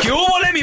¿Qué hubo, le, mi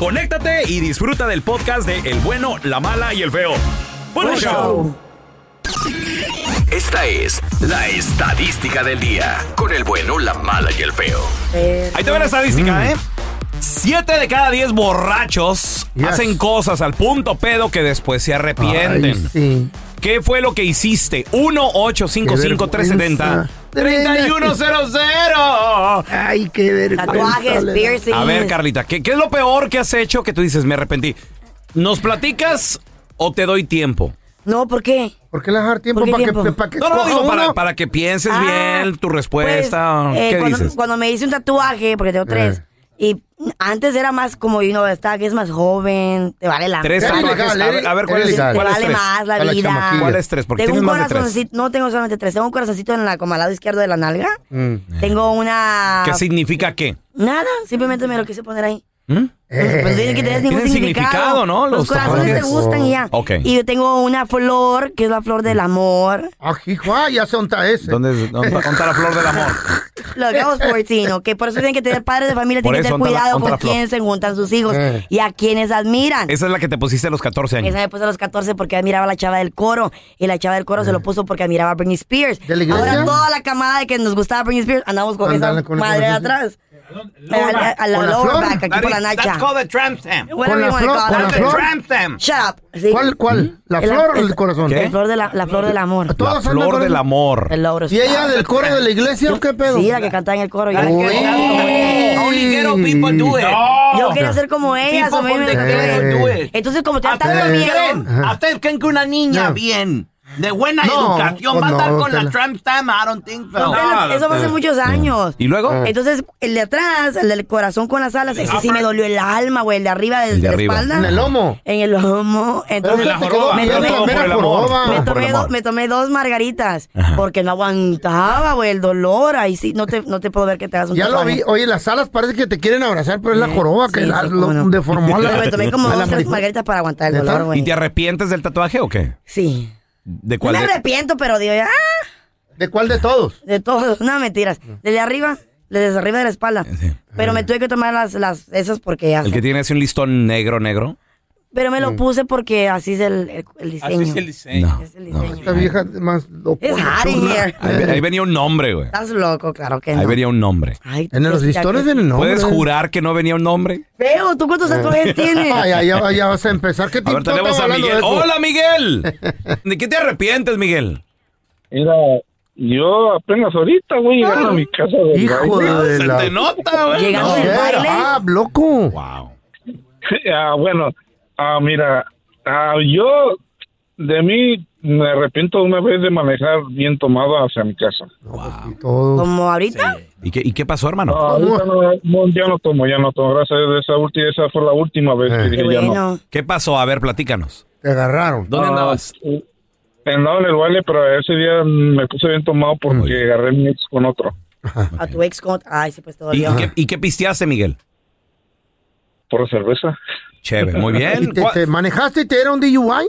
conéctate y disfruta del podcast de El bueno, la mala y el feo. Bueno, Buen show. Esta es la estadística del día con el bueno, la mala y el feo. Ahí te ve Mm. la estadística, ¿eh? Siete de cada diez borrachos Yes. hacen cosas al punto pedo que después se arrepienten. Ay, sí. ¿Qué fue lo que hiciste? 1-855-370-3100. Ay, qué vergüenza. Tatuajes, le da. piercings. A ver, Carlita, ¿qué, qué es lo peor que has hecho que tú dices, me arrepentí? ¿Nos platicas o te doy tiempo? No, ¿por qué? ¿Por qué le vas a dar tiempo ¿Por qué Pues, para que, tiempo? pa' que No, no, escoja digo, para, uno? para que pienses Ah, bien tu respuesta. pues, eh, Ah, ¿Qué cuando, dices? Eh. cuando me hice un tatuaje, porque tengo tres, y antes era más como, you know, estaba que es más joven, te vale la Tres te vale- tatuajes. ilegal, a ver, eres- a ver, ¿cuál eres es, ilegal. te cuál es eh, vale tres? más la A la vida. chamaquilla. ¿Cuál es tres? Porque tengo tienes un más de tres. corazoncito, no tengo solamente tres, tengo un corazoncito en la, como al lado izquierdo de la nalga. Mm. Eh. Tengo una... ¿Qué significa qué? Nada, simplemente me lo quise poner ahí. ¿Mm? Pues, pues tiene que tener ningún Tienen significado. significado, ¿no? Los, Los Oh, corazones te tatuajes. gustan y ya. Ok. Y yo tengo una flor, que es la flor del amor. Ah, hijo, ah, ya se onta ese. ¿Dónde, es- dónde- dónde está la flor del amor? Lo que hago es por ti, ¿no? Que por eso tienen que tener padres de familia, Por tienen que eso, tener onta la- cuidado onta con la flor. quién se juntan sus hijos Eh. y a quienes admiran. Esa es la que te pusiste a los 14 años. Esa me puso a los 14 porque admiraba a la chava del coro. Y la chava del coro se lo puso porque admiraba a Britney Spears. Eh. ¿De la iglesia? Ahora toda la camada de que nos gustaba Britney Spears andamos con Andan esa con- con madre esa- atrás. A la- a la ¿Con la lower flor? back, aquí por la nacha. the tramp stamp. Whatever la you wanna flor, call con it. la flor. Shut up. Sí. ¿Cuál, cuál? ¿La El- flor o el- el corazón? ¿Qué? La flor, de la, la flor del amor. Todo- La Todos andan flor con del el- amor. El logro. ¿Y ella del coro de la iglesia o qué pedo? Sí, la que cantaba en el coro. Yo, Uy. yo quería ser como ella. People a mí me- from the Eh. do it. Entonces, como te Hasta estaba Eh. miedo. Ustedes creen que una niña No. bien, de buena No, educación, pues va a andar no, con la Tela. tramp stamp? I don't think so. Entonces, Eso fue hace muchos años. ¿Y luego? eh. Entonces, el de atrás, el del corazón con las alas, ese sí me dolió el alma, güey. El de arriba de, El de la arriba. espalda. En el lomo. En el lomo. Pero Entonces, la joroba. me Pero tomé, todo por la el amor. me joroba. Todo por el tomé amor. dos, me tomé dos margaritas Ajá. porque no aguantaba, güey, el dolor. Ahí sí, no te, no te puedo ver que te hagas un Ya lo tatuaje. vi. Oye, las alas parece que te quieren abrazar, pero es la Eh, joroba que sí, la- sí, lo cómo no. deformó la. Pero me tomé como la dos, tres marihuana. margaritas para aguantar el ¿Neta? dolor, güey. ¿Y te arrepientes del tatuaje o qué? Sí. ¿De No cuál? me de- arrepiento, pero digo, ya, ah, ¿De cuál de todos? de todos. No, mentiras. Desde arriba, desde arriba de la espalda. Sí. Pero Ah. me tuve que tomar las, las esas porque ya. El que tiene así un listón negro, negro. Pero me Mm. lo puse porque así es el, el- el diseño. No. Es el no. diseño. Esta vieja más loca. Es hot in here. Ahí, ahí venía un nombre, güey. Estás loco, claro que no. Ahí venía un nombre. Ay, En los Diosita, listones qué del nombre. ¿Puedes jurar que no venía un nombre? Feo, ¿tú cuántos tatuajes tienes? Eh. Ay, ay, ya, ya vas a empezar. ¿Qué A tipo ver, tenemos a Miguel. ¡Hola, Miguel! ¿De qué te arrepientes, Miguel? Mira, Yo apenas ahorita, güey, llegando a mi casa. del Hijo baile. de la... Llegando No, del ¿qué? baile. Ah, loco. Ah, bueno, ah, mira, ah, yo de mí me arrepiento una vez de manejar bien tomado hacia mi casa. pues, ¿Como ahorita? ¿Y qué, y qué pasó, hermano? No, ahorita no, no, ya no tomo, ya no tomo. Gracias a Dios, esa, ulti- esa fue la última vez Eh. que dije ya no. Ah, ¿Qué pasó? A ver, platícanos. Te agarraron. ¿Dónde andabas? Andaba en el baile, pero ese día me puse bien tomado porque agarré mi ex con otro. A tu ex con... Ay, sí, pues ¿Y, todavía. qué, y qué pisteaste, Miguel? Por cerveza. Chévere, muy bien. ¿Y te, te manejaste y te era un DUI?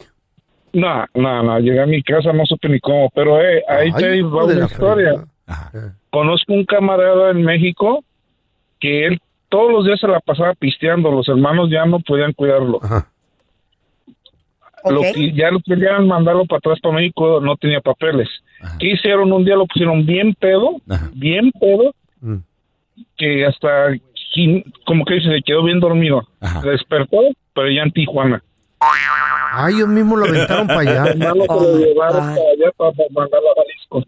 No, no, no, llegué a mi casa, no supe ni cómo, pero eh, ahí Ay, te hijo va de la una historia. Conozco un camarada en México que él todos los días se la pasaba pisteando, los hermanos ya no podían cuidarlo. Lo Ok. que ya lo querían mandarlo para atrás para México, no tenía papeles. ¿Qué hicieron? Un día lo pusieron bien pedo, bien pedo, Mm. que hasta quin- como que se quedó bien dormido. Despertó, pero ya en Tijuana. Ah, ellos mismos lo aventaron para allá. Oh Hermano, se lo llevaron para allá para- para mandarlo a Jalisco.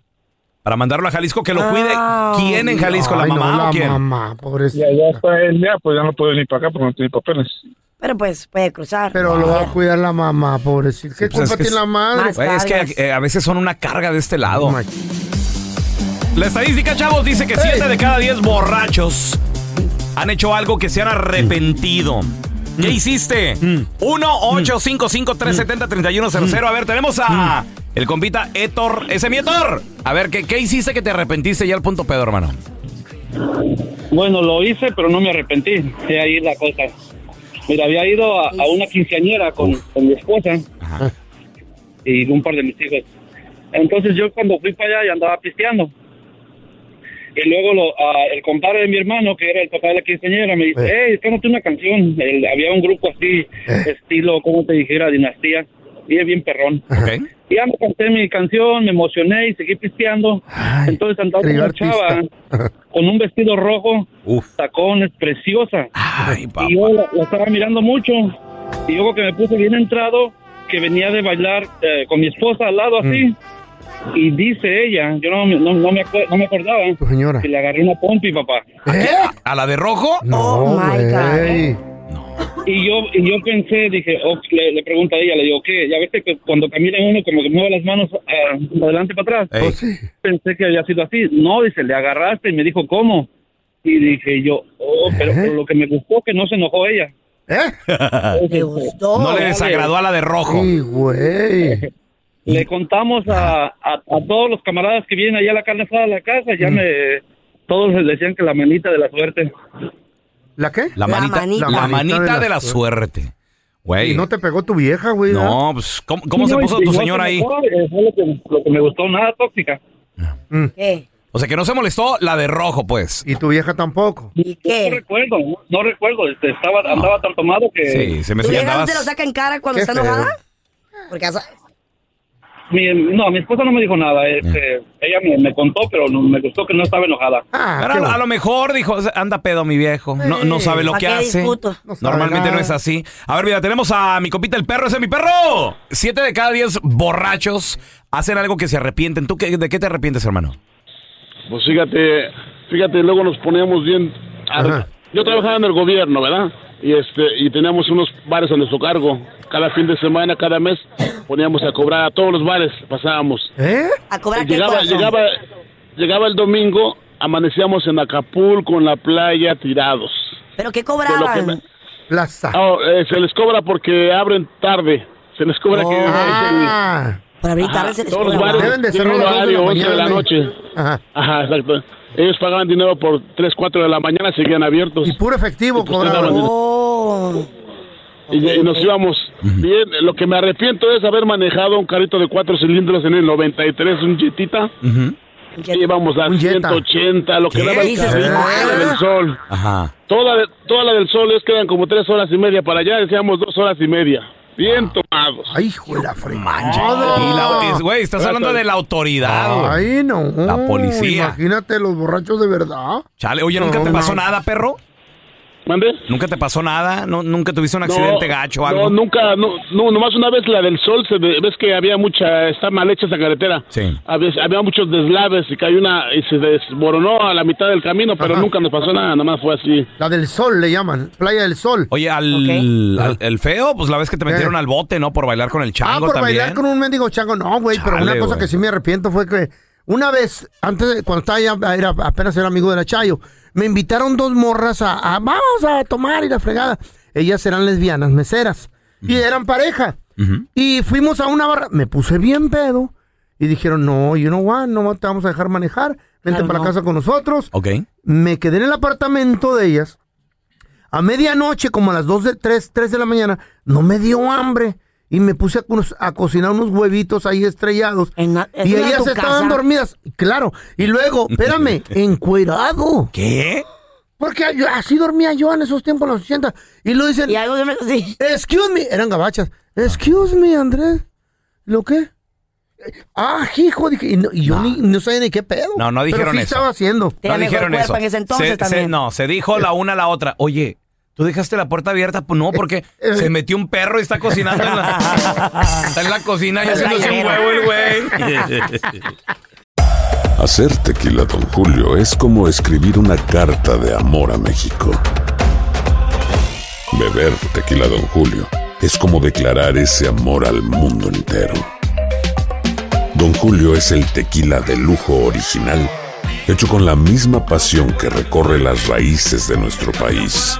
Para mandarlo a Jalisco, que lo cuide. ¿Quién en Jalisco? ¿La Ay, no, mamá la o quién? mamá, pobrecita. Ya, ya está él, ya, pues ya no puede venir para acá porque no tiene papeles. Pero pues puede cruzar. Ah. Pero lo va a cuidar la mamá, pobrecito. ¿Qué Pues culpa es que tiene la es- madre? Güey, es que eh, a veces son una carga de este lado. la estadística, chavos, dice que 7 de cada 10 borrachos han hecho algo que se han arrepentido. Mm. ¿Qué hiciste? Mm. 1-855-370-3100. A ver, tenemos a el compita Héctor. ¡Ese mi Héctor! A ver, ¿qué, ¿qué hiciste que te arrepentiste ya al punto pedo, hermano? Bueno, lo hice, pero no me arrepentí. De ahí la cosa. Mira, había ido a, a una quinceañera con, con mi esposa y un par de mis hijos. Entonces yo cuando fui para allá ya andaba pisteando. Y luego lo- a- el compadre de mi hermano, que era el papá de la quinceañera, me dice, hey, cántate una canción. El- había un grupo así, estilo, como te dijera, dinastía. Y es bien perrón. Y ya me canté mi canción, me emocioné y seguí pisteando. Entonces andaba con creyó una chava con un vestido rojo, tacones, preciosa. Y yo la, la estaba mirando mucho. Y luego que me puse bien entrado, que venía de bailar eh, con mi esposa al lado así. Mm. Y dice ella, yo no, me- no, no me, acuer- no me acordaba, señora. que le agarré una pompi, papá. ¿A la de rojo? Oh No, güey. Y yo, y yo pensé, dije, ok, le, le pregunté a ella, le digo, ¿qué? Ya viste que cuando camina uno como que mueve las manos ah, adelante para atrás. Oh, Pensé que había sido así. No, dice, le agarraste y me dijo, ¿cómo? Y dije yo, oh, pero ¿Eh? lo que me gustó que no se enojó ella. ¿Eh? Me gustó. No le desagradó a la de rojo. Le contamos a, a, a todos los camaradas que vienen allá a la carne asada de la casa, Mm. ya me... Todos les decían que la manita de la suerte. ¿La qué? La manita, la manita, de, la suerte. Güey. Y no te pegó tu vieja, güey. ¿ah? No, pues, ¿cómo, cómo se puso tu señora ahí? lo, que, lo que me gustó, nada tóxica. O sea, que no se molestó la de rojo, pues. Y tu vieja tampoco. No recuerdo, no, no recuerdo. este, estaba, andaba tan tomado que... Sí, se me ¿Tu vieja no te lo saca en cara cuando Qué está feo. enojada? Porque ya sabes. Mi- no, mi esposa no me dijo nada. este, Ella me, me contó, pero no- me gustó que no estaba enojada. Ah, Pero a, lo- a lo mejor dijo, anda pedo mi viejo, no, no sabe lo ¿Para que qué hace. discuto? No sabe Normalmente nada. no es así. A ver, mira, tenemos a mi copita el perro, ese es mi perro. Siete de cada diez borrachos hacen algo que se arrepienten. ¿Tú qué- de qué te arrepientes, hermano? Pues fíjate, fíjate, luego nos poníamos bien... Yo trabajaba en el gobierno, ¿verdad? Y este y teníamos unos bares a nuestro cargo. Cada fin de semana, cada mes, poníamos a cobrar a todos los bares, pasábamos. ¿Eh? A cobrar qué Llegaba, corazón? llegaba, llegaba el domingo, amanecíamos en Acapulco, en la playa, tirados. ¿Pero qué De lo que cobraban? me- Oh, eh, se les cobra porque abren tarde. Se les cobra Oh. que... Ah. Ah. Por abrir tarde Ajá, se les todos los cobra. bares Deben de tienen cerrar a las dos de la horario 11 de la mañana. noche. Ajá. exacto. Ellos pagaban dinero por 3, 4 de la mañana, seguían abiertos. Y puro efectivo cobraban. Y, y nos íbamos. Bien, lo que me arrepiento es haber manejado un carrito de 4 cilindros en el 93, un jetita. Y íbamos a 180, lo que ¿Qué daba el dices, carril, mi la del sol. Ajá. Toda, de- toda la del sol, es que eran como 3 horas y media para allá, decíamos 2 horas y media. Bien tomados. Ah. Ay, hijo de la fregada. Y la- es- güey, estás hablando de la autoridad. güey. Ay, no. La policía. Imagínate los borrachos de verdad. Chale, oye, ¿nunca No, te pasó no. nada, perro? ¿Mande? ¿Nunca te pasó nada? ¿No- ¿Nunca tuviste un accidente gacho o algo? No, nunca, no, no, nomás una vez la del sol, se de- ves que había mucha, está mal hecha esa carretera. Sí. Había, había muchos deslaves y cayó una, y se desmoronó a la mitad del camino, pero nunca nos pasó nada, nomás fue así. La del sol le llaman, Playa del Sol. Eh. Oye, al, al- el feo, pues la vez que te metieron al bote, ¿no? Por bailar con el chango Ah, por también. bailar con un mendigo chango. No, güey, pero una Chale, cosa güey. que sí me arrepiento fue que una vez, antes, de- cuando estaba ya, era- apenas era amigo de la Chayo, me invitaron dos morras a, a- vamos a tomar y la fregada. Ellas eran lesbianas, meseras. Y eran pareja. Y fuimos a una barra. Me puse bien pedo. Y dijeron, no, you know what, no te vamos a dejar manejar. Vente Claro, para no. casa con nosotros. Ok. Me quedé en el apartamento de ellas. A medianoche, como a las 2 de 3, 3 de la mañana, no me dio hambre. Y me puse a, co- a cocinar unos huevitos ahí estrellados. ¿es y una ellas tu estaban casa? dormidas. Claro. Y luego, espérame, encuerado. ¿Qué? Porque yo- así dormía yo en esos tiempos, en los 80. Y lo dicen. Excuse me. Eran gabachas. Excuse me, Andrés. ¿Lo qué? Ah, hijo. dije, y, no- y yo ni, no sabía ni qué pedo. No, no dijeron Pero sí eso. estaba haciendo. No dijeron eso. Se- se- no, se dijo la una a la otra. Oye, ¿tú dejaste la puerta abierta? Pues no, porque se metió un perro y está cocinando en la, está en la cocina y haciéndose un huevo el güey. Hacer tequila, Don Julio, es como escribir una carta de amor a México. Beber tequila, Don Julio, es como declarar ese amor al mundo entero. Don Julio es el tequila de lujo original, hecho con la misma pasión que recorre las raíces de nuestro país.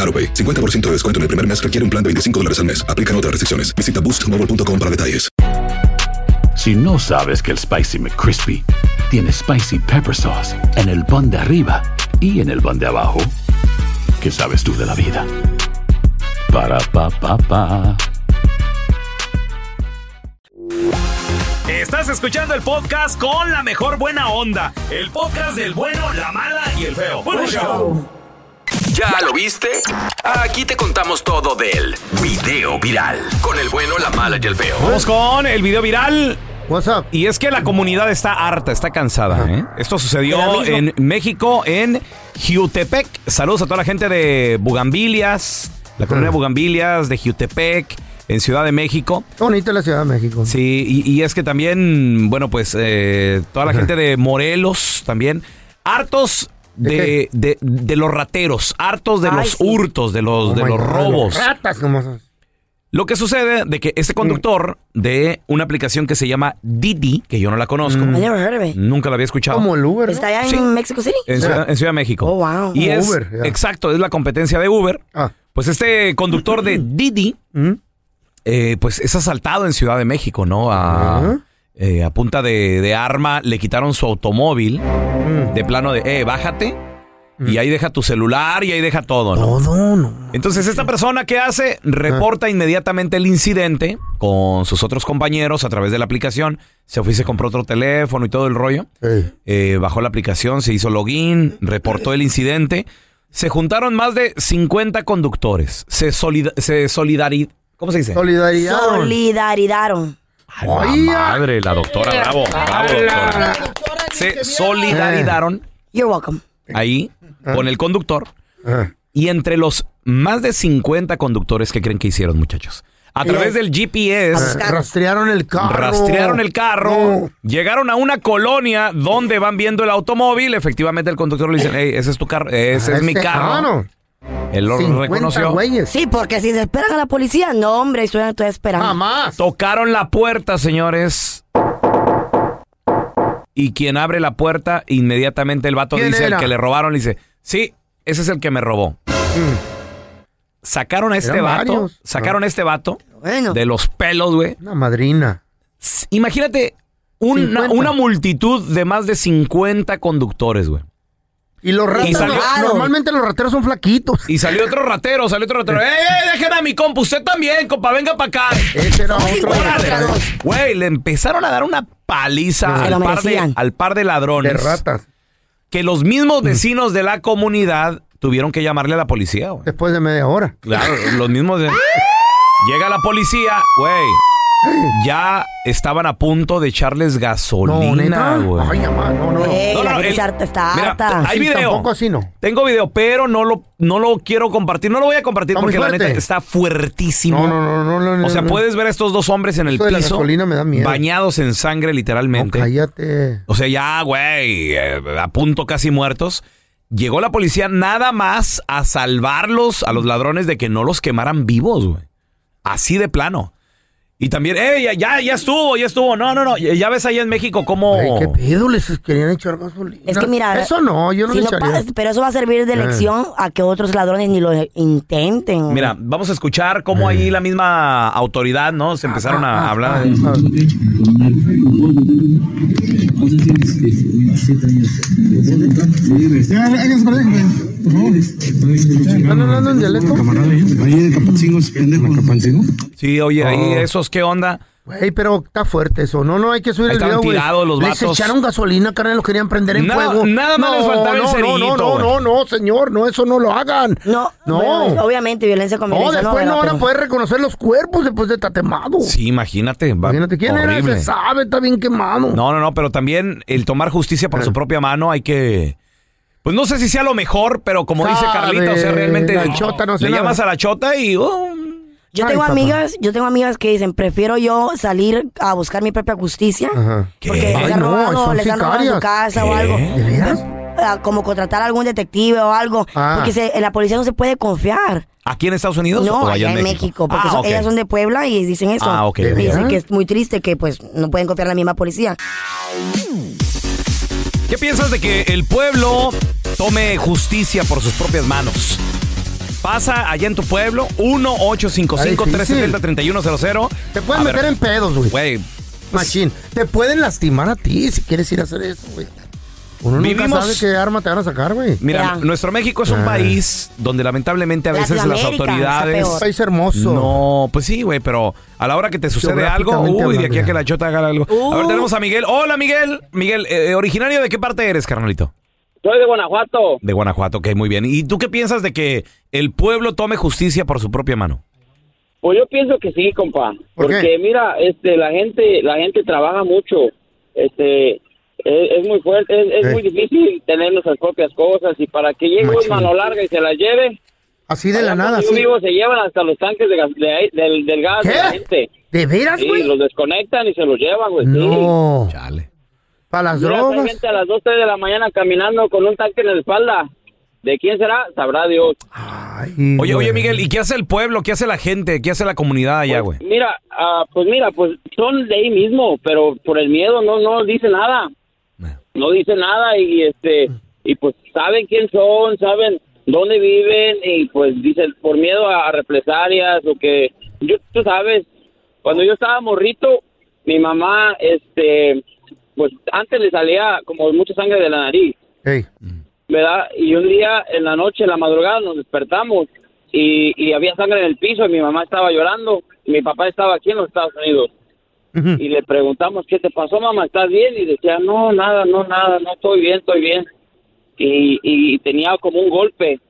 AroPay. 50% de descuento en el primer mes requiere un plan de 25 dólares al mes. Aplican otras restricciones. Visita boostmobile.com para detalles. Si no sabes que el Spicy McCrispy tiene spicy pepper sauce en el pan de arriba y en el pan de abajo, ¿qué sabes tú de la vida? Para pa pa pa. Estás escuchando el podcast con la mejor buena onda. El podcast del bueno, la mala y el feo. Buen show. ¿Ya lo viste? Aquí te contamos todo del video viral. Con el bueno, la mala y el feo. Vamos con el video viral. What's up? Y es que la comunidad está harta, está cansada. ¿eh? Esto Era sucedió mismo. en México, en Jutepec. Saludos a toda la gente de Bugambilias, la comunidad de Bugambilias, de Jutepec, en Ciudad de México. Bonita la Ciudad de México. Sí, y, y es que también, bueno, pues eh, toda la gente de Morelos también, hartos de, de- de los rateros, hartos de Ay, los sí. Oh hurtos, de los, de my los God, robos. Ratas como son. Lo que sucede de que Mm. este conductor de una aplicación que se llama Didi, que yo no la conozco, Mm. I never heard of it. nunca la había escuchado. Como el Uber. ¿Está allá en Sí. Mexico City? En, Ciudad, en Ciudad de México. Y Oh, Como es, Uber, ya. Ah. exacto, es la competencia de Uber. Pues este conductor de Mm. Didi, eh, pues es asaltado en Ciudad de México, ¿no? A, Ah. eh, a punta de, de arma, le quitaron su automóvil Mm. de plano de, eh, bájate. Y ahí deja tu celular y ahí deja todo, ¿no? Mm. Todo, no. Ah. Entonces, esta persona que hace, reporta inmediatamente el incidente con sus otros compañeros a través de la aplicación. Se fue y se compró otro teléfono y todo el rollo. Eh, bajó la aplicación, se hizo login, reportó el incidente. Se juntaron más de 50 conductores. Se, solida se solidari- ¿Cómo se dice? Solidaridaron. Ay, la Ah, madre, la doctora, bravo, bravo, doctora. Se Eh, solidaridaron Eh. You're welcome. ahí con el conductor. Y entre los más de 50 conductores que creen que hicieron, muchachos. A través del GPS Rastrearon el carro. rastrearon el carro, llegaron a una colonia donde van viendo el automóvil, efectivamente el conductor le dice, hey, ese es tu carro, ese es mi Este carro. carro. Él lo 50 reconoció. Sí, porque si se esperan a la policía, no, hombre, estoy, estoy esperando. Jamás. Tocaron la puerta, señores. Y quien abre la puerta, inmediatamente el vato ¿Quién dice, era? el que le robaron, le dice, sí, ese es el que me robó. Sacaron a este Mm. Eran vato, varios. sacaron a este vato Bueno. de los pelos, güey. Una madrina. Imagínate Una, 50. una multitud de más de 50 conductores, güey. Y los ratos, salió- normalmente los rateros son flaquitos. Y salió otro ratero, salió otro ratero. ¡Eh, eh, dejen a mi compa! Usted también, compa, venga para acá. Órale. Güey, le empezaron a dar una paliza Se lo al par, de, merecían. Mm. al par de ladrones. De ratas. Que los mismos vecinos de la comunidad tuvieron que llamarle a la policía, güey. Después de media hora. Claro, los mismos de... Llega la policía, güey. Ya estaban a punto de echarles gasolina, güey. Ey, No, Eh, la no, gente el- se harta- está mira, harta. hay video. Tengo video, pero no lo, no lo quiero compartir. No lo voy a compartir Está muy porque la neta fuerte. está fuertísimo. No, no, no, no, no, o sea, no. puedes ver a estos dos hombres en el Eso de la piso. gasolina me da miedo. Bañados en sangre, literalmente. cállate. O sea, ya, güey, eh, a punto casi muertos. Llegó la policía nada más a salvarlos a los ladrones de que no los quemaran vivos, güey. Así de plano. Y también, eh, ya, ya, ya estuvo, ya estuvo. No, no, no. Ya ya ves allá en México cómo. Güey, ¿Qué pedo les querían echar gasolina? Es que mira, Eso no, yo no si le echaría. pa- pero eso va a servir de Eh. lección a que otros ladrones ni lo intenten. Mira, vamos a escuchar cómo ahí la misma autoridad, ¿no? Se empezaron a Ah, hablar. ah, ¿Están hablando en dialecto? Ahí de Capancingo, pendejo. Capancingo? Sí, oye, ahí Oh. esos, ¿qué onda? Güey, pero está fuerte eso. No, no, hay que subir Ahí el video, estaban güey. tirados los Les vatos. echaron gasolina, carnal, los querían prender en Nada- fuego. nada más no, les faltaba el no, cerillito, No, no, no, güey. no, no, señor, no, eso no lo hagan. No, no. Bueno, obviamente, violencia con No, violencia. después no, ¿verdad? van a Pero- poder reconocer los cuerpos después de tatemado. Sí, imagínate. va- Imagínate, ¿quién horrible. era? Se sabe, está bien quemado. No, no, no, pero también el tomar justicia por su propia mano hay que. Pues no sé si sea lo mejor, pero como dice Sabe, Carlita, o sea, realmente la chota no hace le nada. llamas a la chota y. oh, Yo Ay, tengo papá. amigas, yo tengo amigas que dicen, prefiero yo salir a buscar mi propia justicia. ¿Qué? Porque les han robado, son les han robado en su sicarias. casa ¿Qué? o algo. ¿De veras? Ah, Como contratar a algún detective o algo. Ah. Porque se- en la policía no se puede confiar. ¿Aquí en Estados Unidos? no, o allá en México. porque Ah, son- ok. ellas son de Puebla y dicen eso. Ah, ok, Y ¿De dicen veras? que es muy triste que pues no pueden confiar en la misma policía. ¿Qué piensas de que el pueblo tome justicia por sus propias manos? Pasa allá en tu pueblo, 1-855-370-3100. Te pueden meter en pedos, güey. Machín, te pueden lastimar a ti si quieres ir a hacer eso, güey. Uno nunca Vivimos- sabe qué arma te van a sacar, güey. Mira, nuestro México es un Ah. país donde lamentablemente a veces las Latinoamérica, autoridades... está peor. País hermoso. No, pues sí, güey, pero a la hora que te sucede algo, Geográficamente uy, de aquí a hablando. que la chota haga algo. A ver, tenemos a Miguel. Hola, Miguel. Miguel, eh, ¿originario de qué parte eres, carnalito? Soy de Guanajuato. De Guanajuato, ok, muy bien. ¿Y tú qué piensas de que el pueblo tome justicia por su propia mano? Pues yo pienso que sí, compa. porque mira, este, la gente, la gente trabaja mucho. Este, es, es muy fuerte, es, es Eh. muy difícil tener nuestras propias cosas y para que llegue Machín. un mano larga y se las lleve. Así de la allá nada, donde yo así. vivo, se llevan hasta los tanques de gas- de ahí- del, del gas de la gente. ¿De veras, Sí, güey? los desconectan y se los llevan, güey. sí. No. Para las Mira, hay drogas. gente a las 12 de la mañana caminando con un tanque en la espalda. ¿De quién será? Sabrá Dios. Oye, oye, Miguel, ¿y qué hace el pueblo? ¿Qué hace la gente? ¿Qué hace la comunidad allá, güey? Mira, ah, pues mira, pues son de ahí mismo, pero por el miedo no no dice nada. No dice nada y este y pues saben quién son, saben dónde viven y pues dicen por miedo a, a represalias o que yo tú sabes, cuando yo estaba morrito, mi mamá este pues antes le salía como mucha sangre de la nariz. Ey. ¿verdad? Y un día en la noche, en la madrugada, nos despertamos y, y había sangre en el piso y mi mamá estaba llorando. y Mi papá estaba aquí en los Estados Unidos. Y le preguntamos, ¿qué te pasó, mamá? ¿Estás bien? Y decía, no, nada, no, nada, no estoy bien, estoy bien. Y, y tenía como un golpe.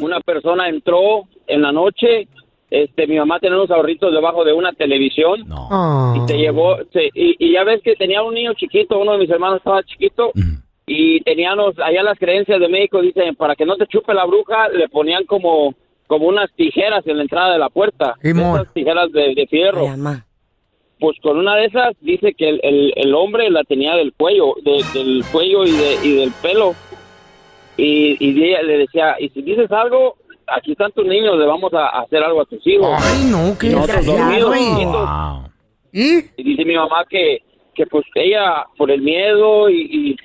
Una persona entró en la noche. Este, mi mamá tenía unos ahorritos debajo de una televisión Ah. y se llevó se- y, y ya ves que tenía un niño chiquito uno de mis hermanos estaba chiquito y teníamos allá las creencias de México dicen para que no te chupe la bruja le ponían como como unas tijeras en la entrada de la puerta Y mon. esas tijeras de, de fierro pues con una de esas dice que el, el- el hombre la tenía del cuello de- del cuello y, de- y del pelo y, y ella le decía y si dices algo aquí están tus niños le vamos a hacer algo a tus hijos Ay, no, qué Y nosotros desgraciado, dormidos, güey. chiquitos, ¿Y? y dice mi mamá que, que pues ella por el miedo y, y,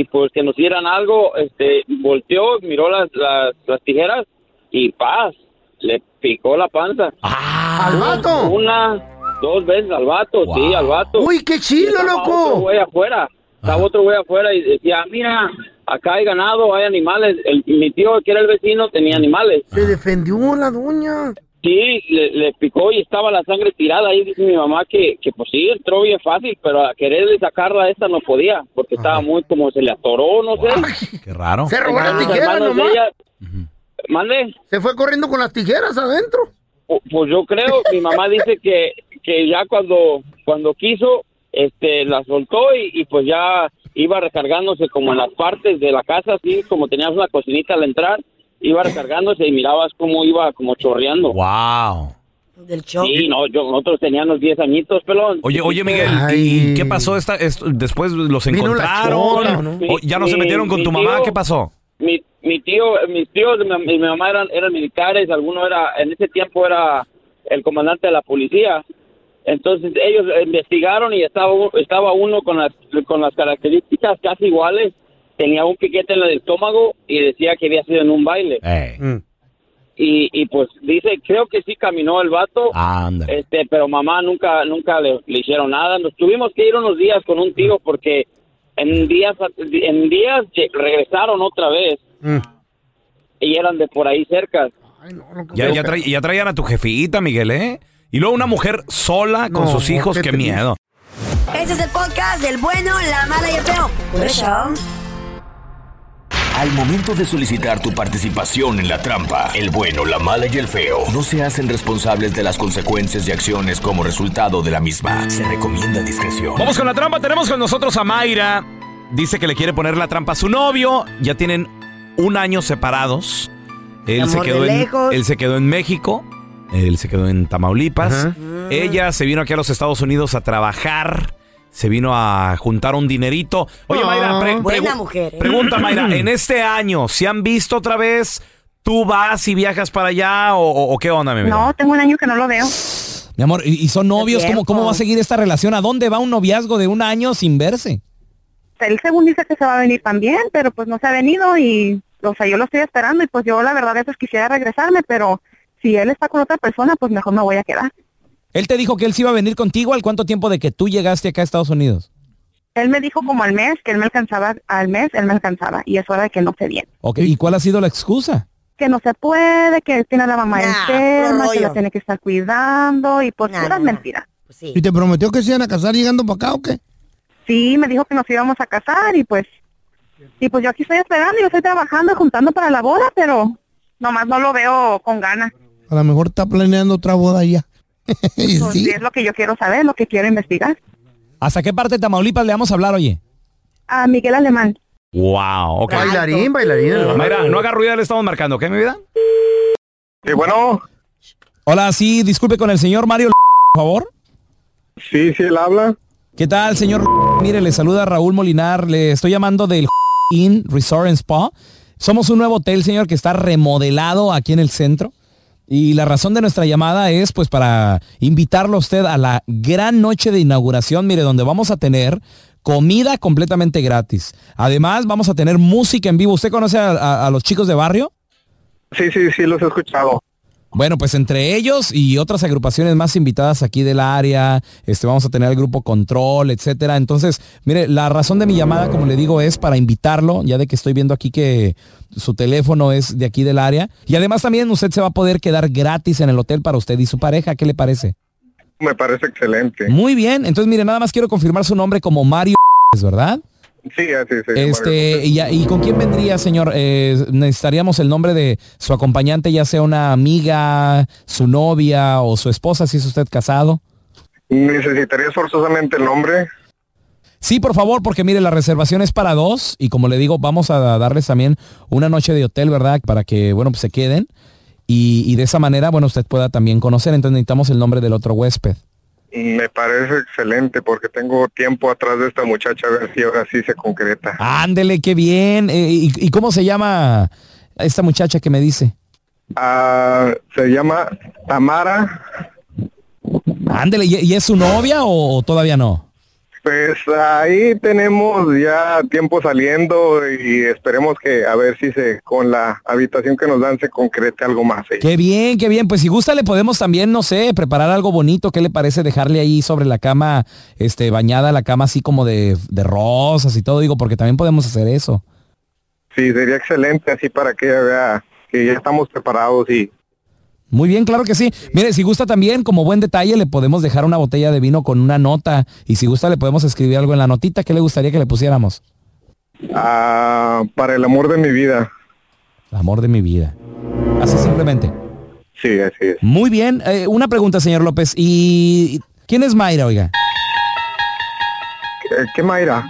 y, pues que nos dieran algo, este, volteó, miró las, las, las tijeras y paz, le picó la panza. Ah, ¡Al vato! Una, Dos veces al vato, sí, al vato. ¡Uy, qué chido, loco! Ah. Otro güey afuera. Estaba otro güey afuera y decía, mira, acá hay ganado, hay animales. El- mi tío, que era el vecino, tenía animales. Se defendió la doña. Sí, le, le picó y estaba la sangre tirada ahí. Dice mi mamá que, que pues sí, entró bien fácil, pero a quererle sacarla a esta no podía, porque estaba muy como se le atoró, no sé. Qué raro. Se robó las Hermanos, tijeras hermanos de nomás. ella. Mande. Se fue corriendo con las tijeras adentro. Pu- Pues yo creo, mi mamá dice que, que ya cuando, cuando quiso, este, la soltó y, y pues ya iba recargándose como en las partes de la casa, así como tenías una cocinita al entrar, iba recargándose y mirabas cómo iba como chorreando. ¡Wow! Del show. Sí, no, yo, nosotros teníamos 10 añitos, pelón. Oye, oye, Miguel, ¿y qué pasó esta, esto- después? ¿Los Vino la encontraron? chota, ¿no? ¿O ¿Ya no se Mi- metieron con mi tu mamá? tío- ¿Qué pasó? mi, mi tío, mis tíos de mi, y mi mamá eran, eran militares, alguno era, en ese tiempo era el comandante de la policía. Entonces ellos investigaron y estaba, u- estaba uno con las, con las características casi iguales, tenía un piquete en el estómago y decía que había sido en un baile. Y, y pues dice, creo que sí caminó el vato, este, pero mamá nunca, nunca le, le hicieron nada. Nos tuvimos que ir unos días con un tío porque en días, en días lle- regresaron otra vez Mm. y eran de por ahí cerca. Ya, ya, tra- ya traían a tu jefita, Miguel, ¿eh? Y luego una mujer sola con No, sus hijos, qué qué, triste. miedo. Este es el podcast del bueno, la mala y el feo. Por eso. Al momento de solicitar tu participación en la trampa, el bueno, la mala y el feo no se hacen responsables de las consecuencias y acciones como resultado de la misma. Se recomienda discreción. Vamos con la trampa, tenemos con nosotros a Mayra. Dice que le quiere poner la trampa a su novio. Ya tienen un año separados. Él, se Amor de quedó, en, lejos. él se quedó en México. Él se quedó en Tamaulipas. Ella se vino aquí a los Estados Unidos a trabajar. Se vino a juntar un dinerito. Oye, Mayra, pre- Buena pregu- mujer. ¿eh? pregunta, Mayra, en este año, ¿se han visto otra vez? ¿Tú vas y viajas para allá o, o- o qué onda, mi vida? No, tengo un año que no lo veo. Mi amor, y, y son novios, ¿cómo, ¿cómo va a seguir esta relación? ¿A dónde va un noviazgo de un año sin verse? Él según dice que se va a venir también, pero pues no se ha venido y, o sea, yo lo estoy esperando y pues yo la verdad a veces quisiera regresarme, pero si él está con otra persona, pues mejor me voy a quedar. Él te dijo que él sí iba a venir contigo al cuánto tiempo de que tú llegaste acá a Estados Unidos. Él me dijo como al mes que él me alcanzaba, al mes él me alcanzaba y es hora de que no se viene. Ok, ¿y cuál ha sido la excusa? Que no se puede, que él tiene a la mamá enferma, que la rollo. tiene que estar cuidando y pues puras mentiras. ¿Y te prometió que se iban a casar llegando para acá o qué? Sí, me dijo que nos íbamos a casar y pues, y pues yo aquí estoy esperando, yo estoy trabajando, juntando para la boda, pero nomás no lo veo con ganas. A lo mejor está planeando otra boda ya. Pues, y es lo que yo quiero saber, lo que quiero investigar. ¿Hasta qué parte de Tamaulipas le vamos a hablar, oye? A Miguel Alemán. Wow, ok. Bailarín, bailarín. Mayra, no haga ruido, le estamos marcando, ¿ok, mi vida? bueno. Hola, sí, disculpe con el señor Mario, L- por favor. Sí, sí, él habla. ¿Qué tal, señor? L-? Mire, le saluda Raúl Molinar, le estoy llamando del Inn Resort and Spa. Somos un nuevo hotel, señor, que está remodelado aquí en el centro. Y la razón de nuestra llamada es pues para invitarlo a usted a la gran noche de inauguración, mire, donde vamos a tener comida completamente gratis. Además, vamos a tener música en vivo. ¿Usted conoce a- a- a los chicos de barrio? Sí, sí, sí, los he escuchado. Bueno, pues entre ellos y otras agrupaciones más invitadas aquí del área, este, vamos a tener el grupo Control, etcétera. Entonces, mire, la razón de mi llamada, como le digo, es para invitarlo, ya de que estoy viendo aquí que su teléfono es de aquí del área. Y además también usted se va a poder quedar gratis en el hotel para usted y su pareja. ¿Qué le parece? Me parece excelente. Muy bien. Entonces, mire, nada más quiero confirmar su nombre como Mario, ¿verdad? Sí, así se llama. Este, y, ya- ¿y con quién vendría, señor? Eh, necesitaríamos el nombre de su acompañante, ya sea una amiga, su novia o su esposa, si es usted casado. ¿Necesitarías forzosamente el nombre? Sí, por favor, porque mire, la reservación es para dos y como le digo, vamos a darles también una noche de hotel, ¿verdad? Para que, bueno, pues se queden y, y de esa manera, bueno, usted pueda también conocer. Entonces necesitamos el nombre del otro huésped. Me parece excelente porque tengo tiempo atrás de esta muchacha a ver si ahora sí se concreta. Ah. Ándele, qué bien. Eh, y, y cómo se llama esta muchacha que me dice? Ah, se llama Tamara. Ándele, ¿y, y es su novia o- o todavía no? Pues ahí tenemos ya tiempo saliendo y esperemos que a ver si se con la habitación que nos dan se concrete algo más. ¿eh? Qué bien, qué bien. Pues si gusta le podemos también, no sé, preparar algo bonito. ¿Qué le parece dejarle ahí sobre la cama, este, bañada la cama así como de, de rosas y todo? Digo, porque también podemos hacer eso. Sí, sería excelente así para que ella vea que ya estamos preparados y Muy bien, claro que sí. Mire, si gusta también, como buen detalle, le podemos dejar una botella de vino con una nota. Y si gusta, le podemos escribir algo en la notita. ¿Qué le gustaría que le pusiéramos? ah, para el amor de mi vida. El amor de mi vida. Así simplemente. Sí, así es. Muy bien. Eh, una pregunta, señor López. ¿Y quién es Mayra, oiga? ¿Qué, Eh, qué Mayra?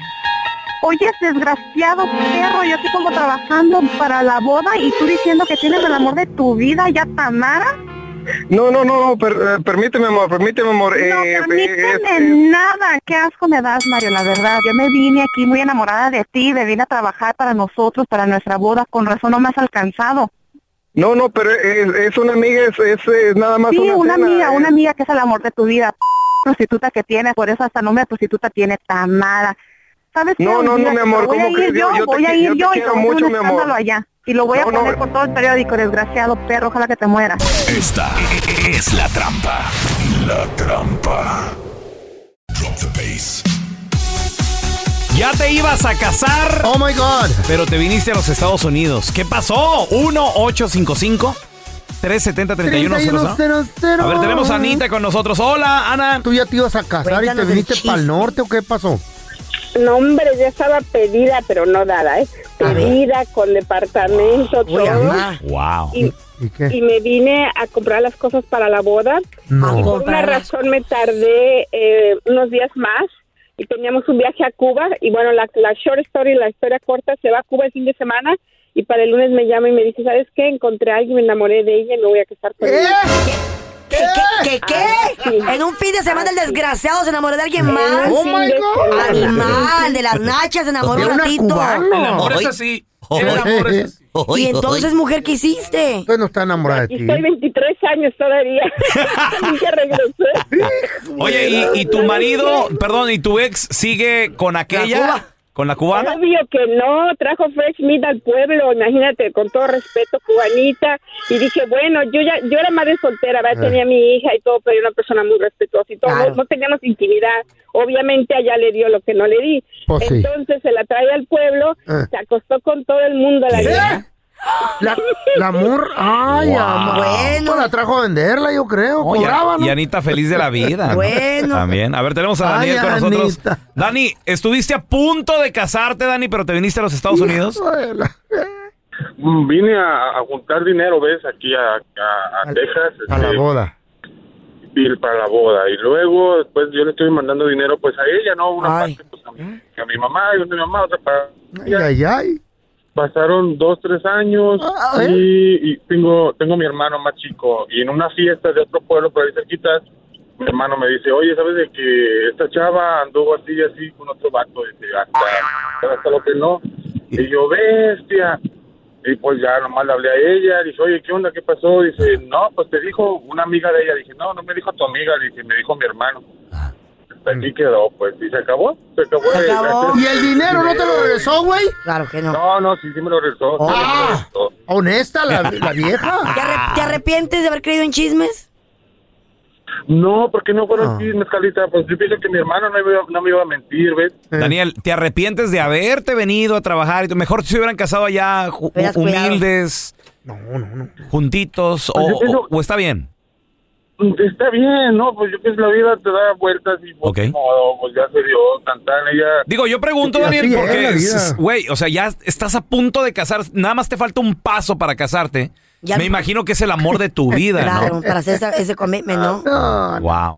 Oye, desgraciado perro, yo estoy como trabajando para la boda y tú diciendo que tienes el amor de tu vida, ya Tamara. No, no, no, no, per- eh, permíteme, amor, permíteme, amor. No eh, eh, permíteme este, nada, qué asco me das, Mario, la verdad. Yo me vine aquí muy enamorada de ti, me vine a trabajar para nosotros, para nuestra boda, con razón no me has alcanzado. no, no, pero es, es una amiga, es, es, eh, nada más Sí, una, una, cena, amiga, eh. una amiga que es el amor de tu vida, p- prostituta que tienes, por eso hasta nombre de prostituta tiene Tamara. ¿Sabes qué? No, no, no, Olvídate, mi amor, voy a ¿cómo crees? ir yo, Yo- yo te voy a qui- ir yo yo, te y quiero voy a hacer mucho, un mi amor. escándalo allá. Y lo voy a No, no, poner me- por todo el periódico, desgraciado perro, ojalá que te mueras. Esta es la trampa. La trampa. Ya te ibas a casar. Oh my God. Pero te viniste a los Estados Unidos. ¿Qué pasó? 1-855. 370-3100. A ver, tenemos a Anita con nosotros. Hola, Ana. ¿Tú ya te ibas a casar y te Cuéntanos el viniste chiste. para el norte o qué pasó? No, hombre, ya estaba pedida, pero no dada, ¿eh? Pedida con departamento, Uy, todo. Ana. Wow. Y, ¿Y qué? y me vine a comprar las cosas para la boda. No. Y por una razón me tardé eh, unos días más y teníamos un viaje a Cuba. Y bueno, la, la short story, la historia corta, se va a Cuba el fin de semana y para el lunes me llama y me dice, ¿sabes qué? Encontré a alguien, me enamoré de ella y me voy a casar con ella. ¿Qué? ¿Qué? ¿Qué? En un fin de semana el desgraciado se enamoró de alguien En más. un Oh, fin my de God. semana. Animal, de las nachas, se enamoró un ratito. es así. Y entonces, mujer, ¿qué hiciste? Pues no está enamorada de Y ti. estoy 23 años todavía. Nunca regresé. Oye, ¿y, y tu marido, perdón, y tu ex sigue con aquella? La Cuba. ¿Con la cubana? Obvio que no, trajo fresh meat al pueblo, imagínate, con todo respeto, cubanita. Y dije, bueno, yo ya, yo era madre soltera, ¿verdad? Ah. tenía mi hija y todo, pero era una persona muy respetuosa y todo, Claro. no, no teníamos intimidad. Obviamente allá le dio lo que no le di. Pues sí. Entonces se la trae al pueblo, Ah. se acostó con todo el mundo a la vieja. La, la amor, ay, Wow. amor. Pues la trajo a venderla, yo creo. Oh, y, Cobraba, ¿no? y Anita feliz de la vida. ¿no? Bueno. También. A ver, tenemos a Ay, Daniel con nosotros. Anita. Dani, estuviste a punto de casarte, Dani, pero te viniste a los Estados Unidos. Mm, Vine a, a juntar dinero, ¿ves? Aquí a, a- a Texas. A la este, boda. y para la boda. Y luego, después yo le estoy mandando dinero, pues a ella, ¿no? Una Ay. parte pues, a, mi, a mi mamá, y una a mi mamá, otra para Ay, ay, ay. Pasaron dos, tres años Ah, ¿eh? y, y tengo tengo mi hermano más chico y en una fiesta de otro pueblo por ahí cerquitas, mi hermano me dice, oye, ¿sabes de que esta chava anduvo así y así con otro vato? Dice, hasta, hasta lo que no. Y yo, bestia. Y pues ya nomás le hablé a ella, dije, oye, ¿qué onda? ¿Qué pasó? Dice, no, pues te dijo una amiga de ella. Dije, no, no me dijo tu amiga, dije, me dijo mi hermano. Ah. Hasta aquí quedó, pues, y se acabó, se acabó. Se de- acabó. ¿Y el dinero no te lo regresó, güey? Claro que no. No, no, sí, sí me lo regresó. sí me lo Ah. regresó. Honesta la, la vieja. ¿Te, arre- te arrepientes de haber creído en chismes? No, porque no Ah. fueron chismes, Carlita. Pues yo pienso que mi hermano no, iba- no me iba a mentir, ¿ves? Daniel, ¿te arrepientes de haberte venido a trabajar? Mejor se hubieran casado allá ju- Hubieras humildes. Juntitos. Pues o, yo pienso- o- o está bien? Está bien, ¿no? Pues yo pienso la vida te da vueltas y pues, ni modo, pues ya se dio tan tan ella. Digo, yo pregunto, Así Daniel, es porque, la es- vida. es- güey, o sea, ya estás a punto de casar, nada más te falta un paso para casarte. Ya Me no- imagino que es el amor de tu vida, Claro, ¿no? para hacer esa- ese commitment, ¿no? Ah, Wow.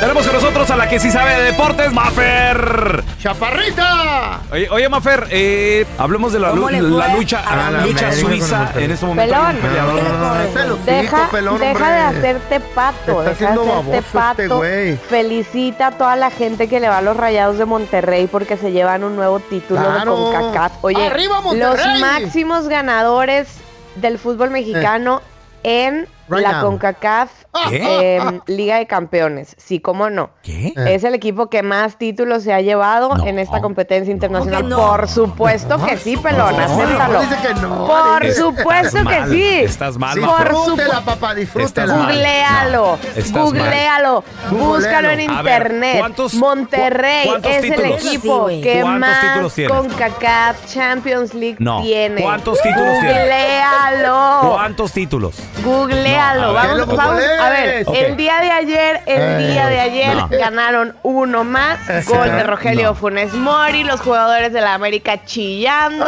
Tenemos con nosotros a la que sí sabe de deportes, Mafer. ¡Chaparrita! Oye, oye Mafer, eh, hablemos de la, ¿Cómo lu- le fue la lucha, a a la la lucha América con suiza Monterrey? en este momento. hay un Pelón. peleador. ¿Qué le corres? Te lo Deja, pico, pelón, deja de hombre. hacerte Te pato, está deja de haciendo hacerte baboso este pato. güey. Felicita a toda la gente que le va a los Rayados de Monterrey porque se llevan un nuevo título Claro. de CONCACAF. Oye, ¡Arriba, Monterrey! los máximos ganadores del fútbol mexicano en Eh. Right la now. CONCACAF ¿Qué? em, Liga de Campeones. Sí, cómo no. ¿Qué? Oh, Es el equipo que más títulos se ha llevado en esta competencia internacional. Por supuesto que sí, pelón, acéptalo. dice que no. Por dice- supuesto que sí. Estás mal, Por Majo. Disfrútela, papá, disfrútela. mal. Googlealo, Estás mal. googlealo, Googlealo. búscalo en A ver, internet. ¿cuántos- Monterrey cu- cuántos es el títulos? equipo Sí, güey. que ¿Cuántos títulos más tiene? con CACAF Champions League No. tiene. ¿Cuántos títulos tiene? Googlealo. ¿Cuántos títulos? Googlealo, No, a ver. vamos, ¿Qué lo vamos. A ver, googlees? Ok. el día de ayer, el Eh, día de ayer no. Eh, ganaron uno más. Gol de Rogelio No. Funes Mori, los jugadores de la América chillando,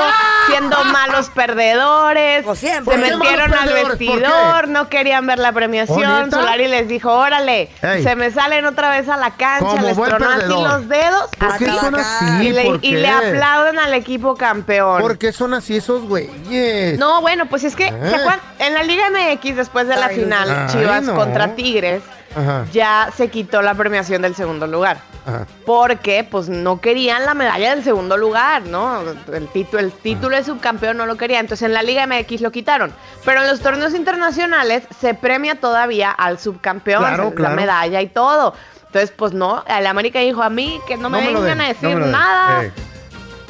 siendo malos perdedores. siempre. Se ¿Por qué metieron malos al perdedores? ¿Por vestidor, no querían ver la ¿Oh, premiación. neta? Solari les dijo, órale, Ey. se me salen otra vez a la cancha, Como les buen tronó así perdedor. los dedos. ¿Por qué a son trabajar. así? Y le, ¿Por y qué? le aplauden al equipo campeón. ¿Por qué son así esos güeyes? No, bueno, pues es que, ¿Eh? ¿se acuerdan? En la Liga MX, después de la Ay, final, no. Chivas Ay, no. contra Tigres, Ajá. ya se quitó la premiación del segundo lugar. Ajá. Porque, pues, no querían la medalla del segundo lugar, ¿no? El, título el título de subcampeón no lo querían. Entonces, en la Liga MX lo quitaron. Pero en los torneos internacionales se premia todavía al subcampeón, Claro, se les da claro. medalla y todo. Entonces, pues, no, el América dijo a mí que no me, lo vengan den, a no decir me lo den. nada. Ey.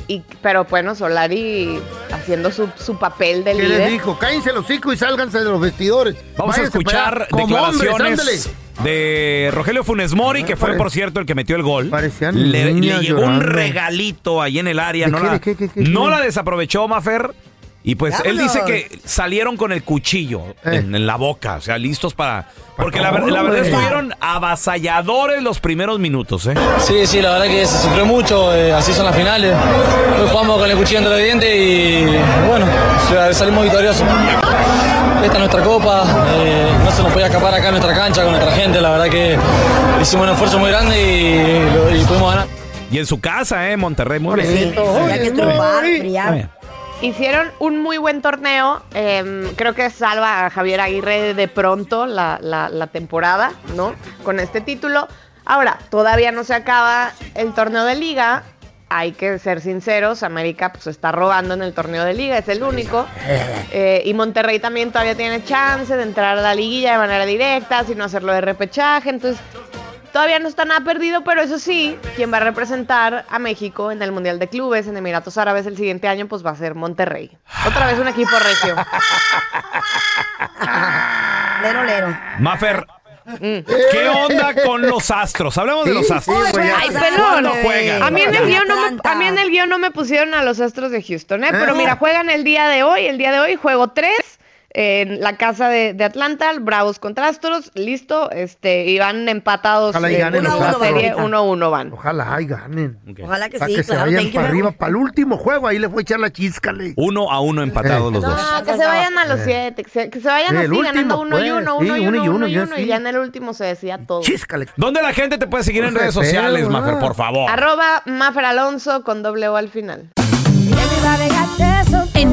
Y, pero bueno, Solari haciendo su, su papel de ¿Qué les líder. dijo? Cállense los hocico y sálganse de los vestidores. Vamos a Váyanse para allá. escuchar Como hombres, declaraciones ándale. de Rogelio Funes Mori, que fue, por cierto, el que metió el gol. Le, le niñas llegó un llorando. regalito ahí en el área. ¿De No, qué, la, de qué, qué, qué, no qué? la desaprovechó Mafer. Y pues él Vámonos. Eh. dice que salieron con el cuchillo en, en la boca, o sea, listos para... Porque la, ver- todo, la verdad güey. estuvieron avasalladores los primeros minutos, ¿eh? Sí, sí, la verdad que se sufrió mucho, eh, así son las finales. Hoy jugamos con el cuchillo entre los dientes y bueno, sa- salimos victoriosos. Esta es nuestra copa, eh, no se nos podía escapar acá en nuestra cancha con nuestra gente, la verdad que hicimos un esfuerzo muy grande y, lo- y pudimos ganar. Y en su casa, ¿eh? Monterrey, muy bien. Tenía que triunfar, brillar. Hicieron un muy buen torneo. em, creo que salva a Javier Aguirre de pronto la, la- la temporada, ¿no? Con este título. Ahora, todavía no se acaba el torneo de liga. Hay que ser sinceros, América pues está robando en el torneo de liga, es el único. Eh, y Monterrey también todavía tiene chance de entrar a la liguilla de manera directa, sino hacerlo de repechaje. Entonces, todavía no está nada perdido, pero eso sí, quien va a representar a México en el Mundial de Clubes en Emiratos Árabes el siguiente año, pues va a ser Monterrey. Otra vez un equipo regio. Lero, lero. Mafer, ¿qué onda con los astros? Hablamos de los astros. Ay, ¿Cuándo pelón. juegan? A mí, en el guión no me, a mí en el guión no me pusieron a los Astros de Houston, ¿eh? Pero mira, juegan el día de hoy. El día de hoy juego 3 en la casa de, de Atlanta, Bravos contra Astros. Listo, este, y van empatados. Ojalá y eh, ganen uno a los uno, Astros. serie 1-1 van. Ojalá y ganen. Ojalá que Para sí, que claro, se thank vayan you. para arriba, para el último juego. Ahí les voy a echar la chiscale. Uno a uno empatados los dos. No, que se vayan a los Eh. siete, que se, que se vayan El así, último, ganando uno y pues. uno, Sí, uno y uno y uno, uno uno, y ya uno, sí. y ya en el último se decía todo. ¿Dónde la gente te puede seguir en No redes se pega, sociales, ¿verdad? Mafer, por favor? Arroba Mafer Alonso con doble O al final. En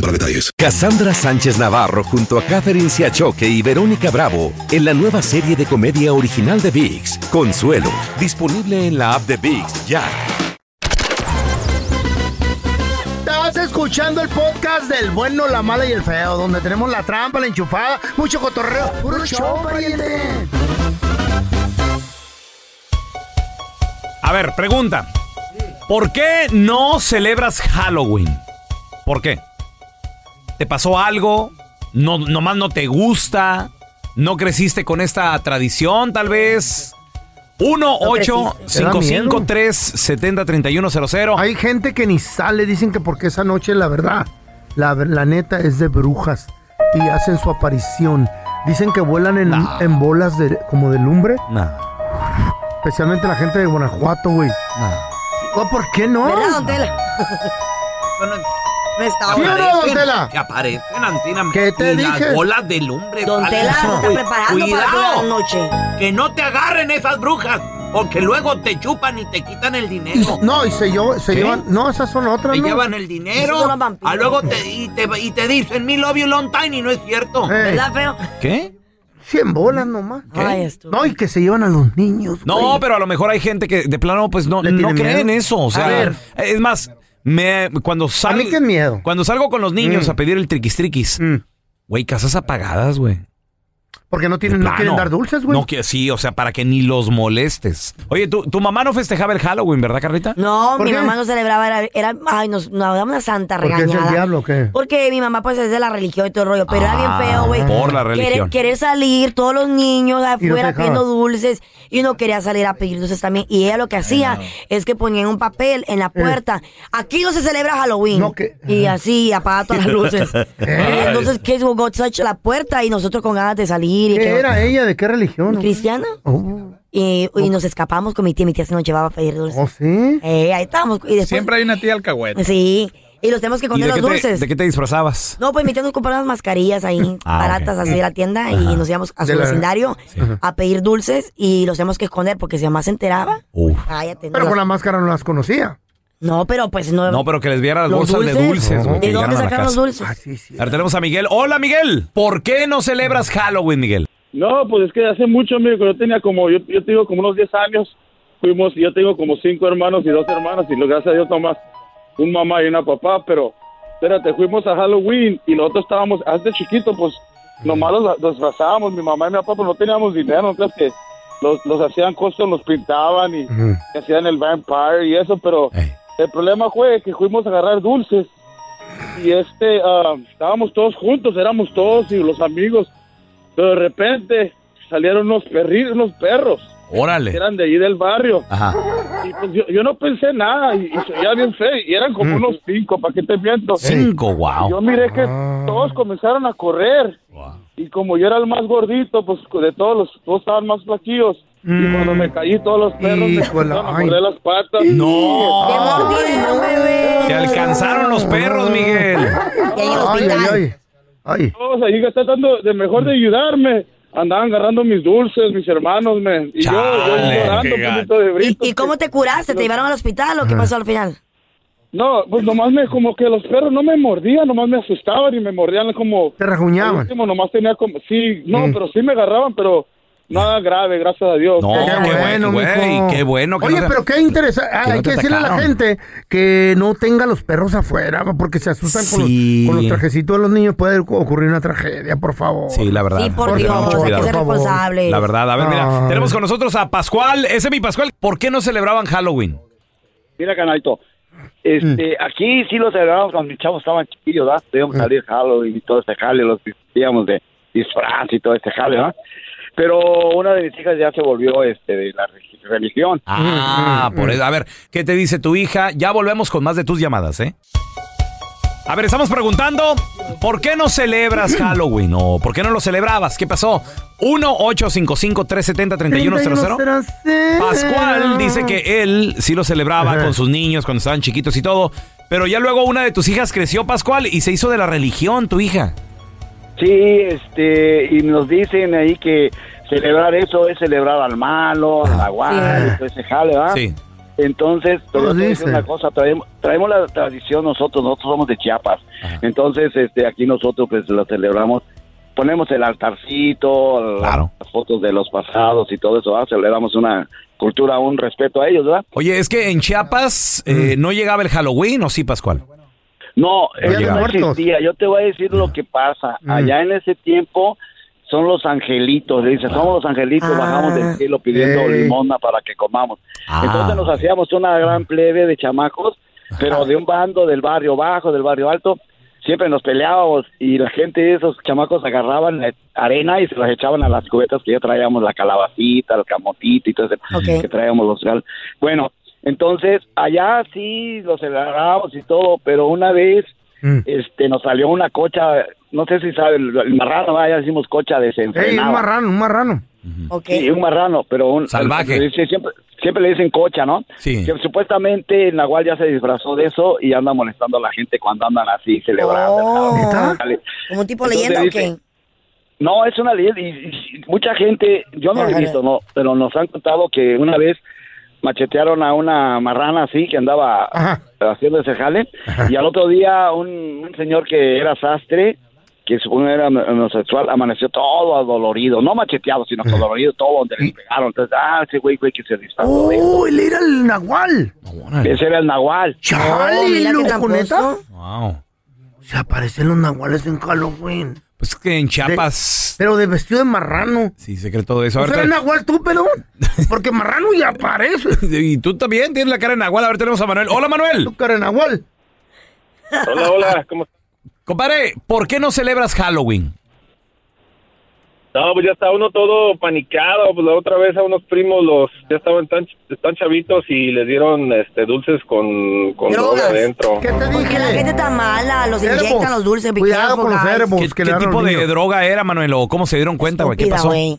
para detalles. Cassandra Sánchez Navarro junto a Catherine Siachoque y Verónica Bravo en la nueva serie de comedia original de VIX, Consuelo, disponible en la app de VIX ya. Estás escuchando el podcast del bueno, la mala y el feo, donde tenemos la trampa, la enchufada, mucho cotorreo. ¡Puro show, pariente! A ver, pregunta. ¿Por qué no celebras Halloween? ¿Por qué? ¿Te pasó algo? No, ¿Nomás no te gusta? ¿No creciste con esta tradición, tal vez? 1 8 5 5 3 70 31 00 Hay gente que ni sale, dicen que porque esa noche, la verdad, la, ver- la neta es de brujas y hacen su aparición. Dicen que vuelan en, en bolas de, como de lumbre. Especialmente la gente de Guanajuato, güey. Oh, ¿Por qué no? ¿Verdad, don Tela? Me está ¿Sí o no, ahogando. don Tela? Que aparecen Antina. ¿Qué te y dije? las bolas de lumbre. Don ¿vale? Tela se está preparando para la Cuidado, noche. que no te agarren esas brujas, porque luego te chupan y te quitan el Y- dinero. no, y se, llevo- se ¿Qué? llevan. No, esas son otras, Te ¿no? llevan el dinero, a luego te, y, te, y te dicen, mi love you long time, y no es cierto. ¿Verdad, feo? ¿Qué? 100 bolas nomás. ¿Qué? Ay, no, y que se llevan a los niños. No, pero a lo mejor hay gente que de plano pues no, ¿Le no tiene cree en miedo? eso. O A sea, ver. es más, me, cuando salgo. miedo. Cuando salgo con los niños Mm. a pedir el triquistriquis, güey, casas apagadas, güey. Porque no, tienen, De no quieren dar plano. dulces, güey. No, que, sí, o sea, para que ni los molestes. Oye, tú- tu mamá no festejaba el Halloween, ¿verdad, Carlita? No, mi mamá no celebraba, era, era- ay, nos, nos daba una santa ¿Por qué es regañada. el diablo o qué? Porque mi mamá pues es de la religión y todo el rollo, pero era bien feo, güey. por la Querer- religión. Querer, salir, todos los niños Y no te afuera dejaban. pidiendo dulces, y uno quería salir a pedir dulces también, y ella lo que hacía es que ponía un papel en Eh. la puerta, aquí no se celebra Halloween, y así apagaba todas las luces. Eh. Entonces, Kids Will Go Touch la puerta y nosotros con ganas de salir. Y ¿Qué que- era ella? ¿De qué religión? ¿Cristiana? Oh. Y, y nos escapamos con mi tía, mi tía se nos llevaba a pedir dulces. ¿Oh, sí? Eh, ahí estábamos. Y después, Siempre hay una tía alcahueta. Sí, y los tenemos que ¿Y esconder de, los qué te, dulces. de qué te disfrazabas? No, pues mi tía nos compró unas mascarillas ahí, Ah, baratas, ok. así de la tienda, Ajá. y nos íbamos a su De la- vecindario a pedir dulces y los tenemos que esconder porque si mamá se enteraba, cállate. Pero no con los- la máscara no las conocía. No, pero pues no. No, pero que les viera las ¿Los bolsas de dulces? dulces. güey, ¿De que dónde llegaron a la sacaron los casa. dulces? Ahora tenemos a Miguel. Hola, Miguel. ¿Por qué no celebras Halloween, Miguel? No, pues es que hace mucho, amigo, que yo tenía como, yo, yo tengo como unos 10 años, fuimos, yo tengo como cinco hermanos y dos hermanas, y lo- gracias a Dios nomás un mamá y una papá, pero espérate, fuimos a Halloween y nosotros estábamos, antes chiquito, pues nomás los, los disfrazábamos, mi mamá y mi papá, pues no teníamos dinero, nosotros que los, los hacían costos, los pintaban y que hacían el vampire y eso, pero el problema fue que fuimos a agarrar dulces y este, ah, estábamos todos juntos, éramos todos y los amigos, pero de repente salieron unos perritos, unos perros. Órale. que Eran de ahí del barrio. Y pues yo, yo no pensé nada y, y se veía bien feo y eran como unos cinco, ¿para qué te miento? Cinco, wow. Y Yo miré que todos comenzaron a correr y como yo era el más gordito, pues de todos los, todos estaban más flaquillos. Y cuando me caí, todos los perros me Híjole, comenzaron a ay. morder las patas. ¡No! ¡Te mordieron, bebé! Te alcanzaron los Ah. perros, Miguel. Ay, ay, ay. Todos ahí tratando de mejor de ayudarme. Andaban agarrando mis dulces, mis hermanos, me. Y yo, yo Chale, llorando, qué poquito de ¿Y, brito. y cómo te curaste? ¿Te llevaron al hospital o qué pasó al final? No, pues nomás me, como que los perros no me mordían, nomás me asustaban y me mordían como... Te rajuñaban. Último, nomás tenía como... Sí, no, Mm. pero sí me agarraban, pero nada grave, gracias a Dios. No, qué bueno, güey, qué bueno que Oye, no te- pero qué interesante. que no hay te que decirle a la atacaron. gente que no tenga los perros afuera porque se asustan con, Sí. los, con los trajecitos de los niños. Puede ocurrir una tragedia, por favor. Sí, la verdad. Sí, por Hay que Dios, tener hay que cuidado. ser Por favor. responsables. La verdad, a ver, mira, Ay. tenemos con nosotros a Pascual. Ese es mi Pascual. ¿Por qué no celebraban Halloween? Mira, Canaito, este, aquí sí lo celebrábamos cuando mis chavos estaban chiquillos, ¿verdad? Debíamos salir Halloween y todo ese jale, los vestíamos de disfraz y todo ese jale, ¿verdad? Pero una de mis hijas ya se volvió este, de la re- religión. Ah, por eso. A ver, ¿qué te dice tu hija? Ya volvemos con más de tus llamadas, ¿eh? A ver, estamos preguntando, ¿por qué no celebras Halloween o por qué no lo celebrabas? ¿Qué pasó? 1-855-370-3100. Pascual dice que él sí lo celebraba con sus niños cuando estaban chiquitos y todo, pero ya luego una de tus hijas creció, Pascual, y se hizo de la religión tu hija. Sí, este, y nos dicen ahí que celebrar eso es celebrar al malo, al aguán, todo ese jale, ¿verdad? Sí. Entonces, te voy a decir dicen. una cosa, traemos, traemos la tradición nosotros, nosotros somos de Chiapas. Entonces, este, aquí nosotros pues lo celebramos, ponemos el altarcito, la- las fotos de los pasados y todo eso, ¿verdad? celebramos una cultura, un respeto a ellos, ¿verdad? Oye, es que en Chiapas eh, no llegaba el Halloween, ¿o sí, Pascual? No, Día eso de no Muertos. existía. Yo te voy a decir lo que pasa. Allá en ese tiempo son los angelitos, le dicen, somos los angelitos, bajamos del cielo pidiendo Ey. limosna para que comamos. Ah, Entonces nos hacíamos una gran plebe de chamacos, pero de un bando del barrio bajo, del barrio alto, siempre nos peleábamos y la gente, esos chamacos agarraban la arena y se las echaban a las cubetas que ya traíamos, la calabacita, el camotito y todo eso, que traíamos los gal. Bueno, entonces allá sí los agarrábamos y todo, pero una vez Mm. Eh, este nos salió una cocha, no sé si sabe, el, el marrano, vaya, decimos cocha desenfrenada. Ey, un marrano, un marrano. Sí, un marrano, pero un Salvaje. le dice- Siempre, siempre le dicen cocha, ¿no? Sí. Que supuestamente el Nahual ya se disfrazó de eso y anda molestando a la gente cuando andan así celebrando. Dale. Oh. ¿Como un tipo Entonces leyenda o dice- qué? No, es una leyenda y, y- y mucha gente, yo no lo he Ajá. visto, no, pero nos han contado que una vez machetearon a una marrana así que andaba haciendo ese jale y al otro día un, un señor que era sastre que supongo era homosexual, amaneció todo adolorido, no macheteado, sino adolorido, todo donde le pegaron. Entonces, ah, ese güey, güey, que se disparó. Uy, le era el nahual. Ese era el Nahual. Chale, loco, neta. Wow. Se aparecen los nahuales en Halloween. Pues que en Chiapas. Pues Pero de vestido de marrano. Sí, se cree todo eso. ¿No A ver, será te- nahual tú, pelón? Porque marrano ya aparece. Y tú también tienes la cara de nahual. A ver, tenemos a Manuel. Hola, Manuel. Tu cara de nahual. Hola, hola, ¿cómo Compadre, ¿por qué no celebras Halloween? No, pues ya está uno todo panicado. Pues la otra vez a unos primos los ya estaban tan, tan chavitos y les dieron este dulces con, con droga adentro. Porque la gente está mala, los Herbos. inyectan los dulces. be Cuidado careful, con los guys. herbos ¿Qué, pues, que qué le dan a los tipo de niños. droga era, Manuel? ¿O cómo se dieron cuenta, güey? ¿Qué Estúpida, pasó? güey.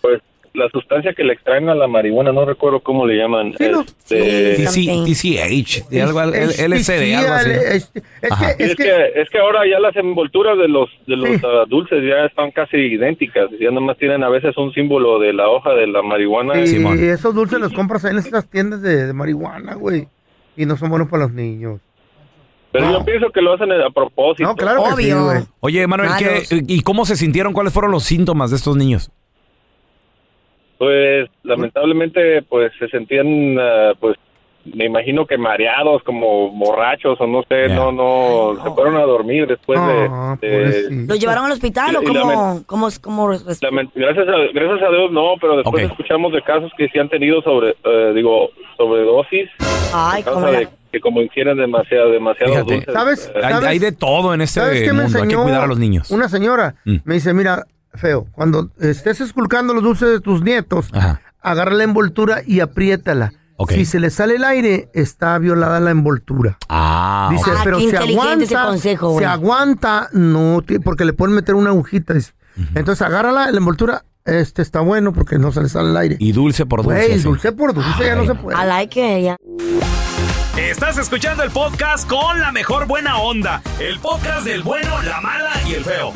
Pues la sustancia que le extraen a la marihuana, no recuerdo cómo le llaman. este, TC TCH, de algo, el- el LSD, algo así. Ajá. Y es, que, es que ahora ya las envolturas de los de los ah, dulces ya están casi idénticas. Ya nomás tienen a veces un símbolo de la hoja de la marihuana. Y, esos dulces los compras en estas tiendas de, de marihuana, güey. Y no son buenos para los niños. Pero yo pienso que lo hacen a propósito. Ah. No, claro que sí, güey. Oye, Manuel, ¿qué- Malos. ¿y cómo se sintieron? ¿Cuáles fueron los síntomas de estos niños? Pues lamentablemente pues se sentían ah, pues me imagino que mareados como borrachos o no sé, no no se fueron a dormir después de- de, ¿Los llevaron pues. al hospital o Y- y cómo, lament- cómo, cómo Lament- gracias a gracias a Dios no, pero después escuchamos de casos que sí han tenido sobre eh, digo sobredosis Ay, por cómo causa la- de que como ingieren demasiado demasiado dulces. ¿Sabes? eh, Hay, ¿Sabes? hay de todo en este ¿Sabes qué me mundo. Hay que enseñó cuidar a los niños. Mm. Una señora me dice, mira, feo, cuando estés esculcando los dulces de tus nietos, agarra la envoltura y apriétala. Si se le sale el aire, está violada la envoltura. Ah, dice, ok. pero Ah, qué si inteligente ese aguanta, consejo, güey. si aguanta, no, ti- porque le pueden meter una agujita. dice. Entonces, agárrala, la envoltura, este está bueno porque no se le sale el aire. Y dulce por dulce. sí. dulce por dulce ya no se puede. I like it, ya. Estás escuchando el podcast con la mejor buena onda. El podcast del bueno, la mala y el feo.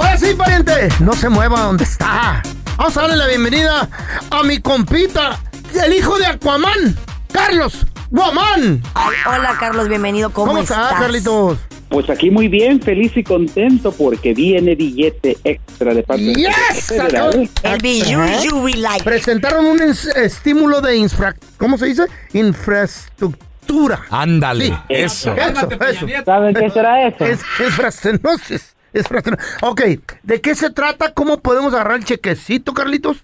Ahora sí, pariente, no se mueva donde está. Vamos a darle la bienvenida a mi compita, el hijo de Aquaman, Carlos Guamán. Hola, Carlos, bienvenido. ¿Cómo, ¿Cómo estás, estás? Carlitos? Pues aquí muy bien, feliz y contento porque viene billete extra de parte del ¡Yes! Secretario Federal. El Bijou You We Like. Presentaron un ens- estímulo de infra... ¿Cómo se dice? Infraestructura. Ándale, eso. Eso, eso. ¿Saben qué será eso? Es, infrastenosis. Ok, ¿de qué se trata? ¿Cómo podemos agarrar el chequecito, Carlitos?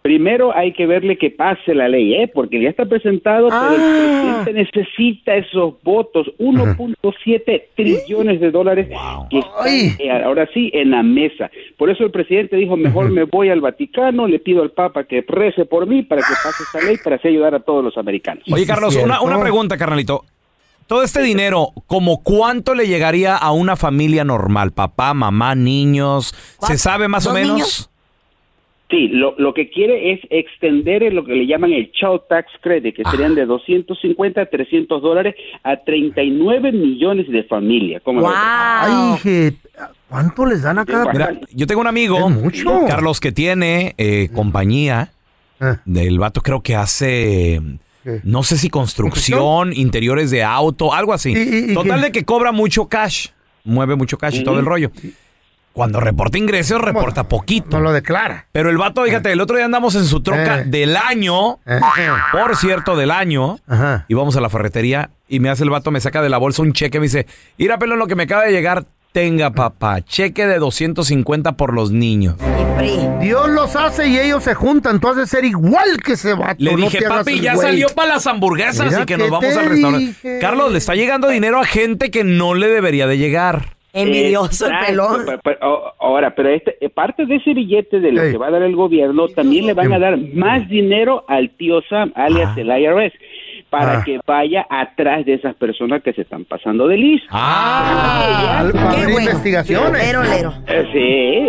Primero hay que verle que pase la ley, ¿eh? porque ya está presentado, pero Ah. el presidente necesita esos votos, 1.7 trillones de dólares que están, eh, ahora sí en la mesa. Por eso el presidente dijo, mejor me voy al Vaticano, le pido al Papa que rece por mí para que pase esta ley, para así ayudar a todos los americanos. Oye, Carlos, una, una pregunta, carnalito. Todo este dinero, ¿como cuánto le llegaría a una familia normal? Papá, mamá, niños. ¿Se sabe más o ¿Dos menos? niños? Sí, lo, lo que quiere es extender el- lo que le llaman el Child Tax Credit, que serían de 250 a 300 dólares a 39 millones de familias. ¿Cómo la ves? Ay, je- ¿cuánto les dan a cada Mira, yo tengo un amigo, Carlos, que tiene eh, Mm. compañía. Ah. El vato creo que hace, no sé si construcción, interiores de auto, algo así. y Total qué? de que cobra mucho cash, mueve mucho cash y todo el rollo. Cuando reporta ingresos, reporta poquito. No lo declara. Eh. Pero el vato, fíjate, el otro día andamos en su troca del año, por cierto, del año, íbamos a la ferretería y me hace el vato, me saca de la bolsa un cheque, me dice, mira, pelo, lo que me acaba de llegar, Tenga, papá, cheque de 250 por los niños. Dios los hace y ellos se juntan. Tú has de ser igual que ese vato. Le Pues no dije, te hagas papi, el ya güey". salió para las hamburguesas, Mira así que que nos vamos te al restaurante. dije. Carlos, le está llegando dinero a gente que no le debería de llegar. Exacto, pero- pero- o- ahora, pero este, eh, parte de ese billete de lo que va a dar el gobierno, también le van a dar más dinero al tío Sam, alias Ah. el IRS, para Ah. que vaya atrás de esas personas que se están pasando de listo. Ah, al- para hacer investigaciones. Eh,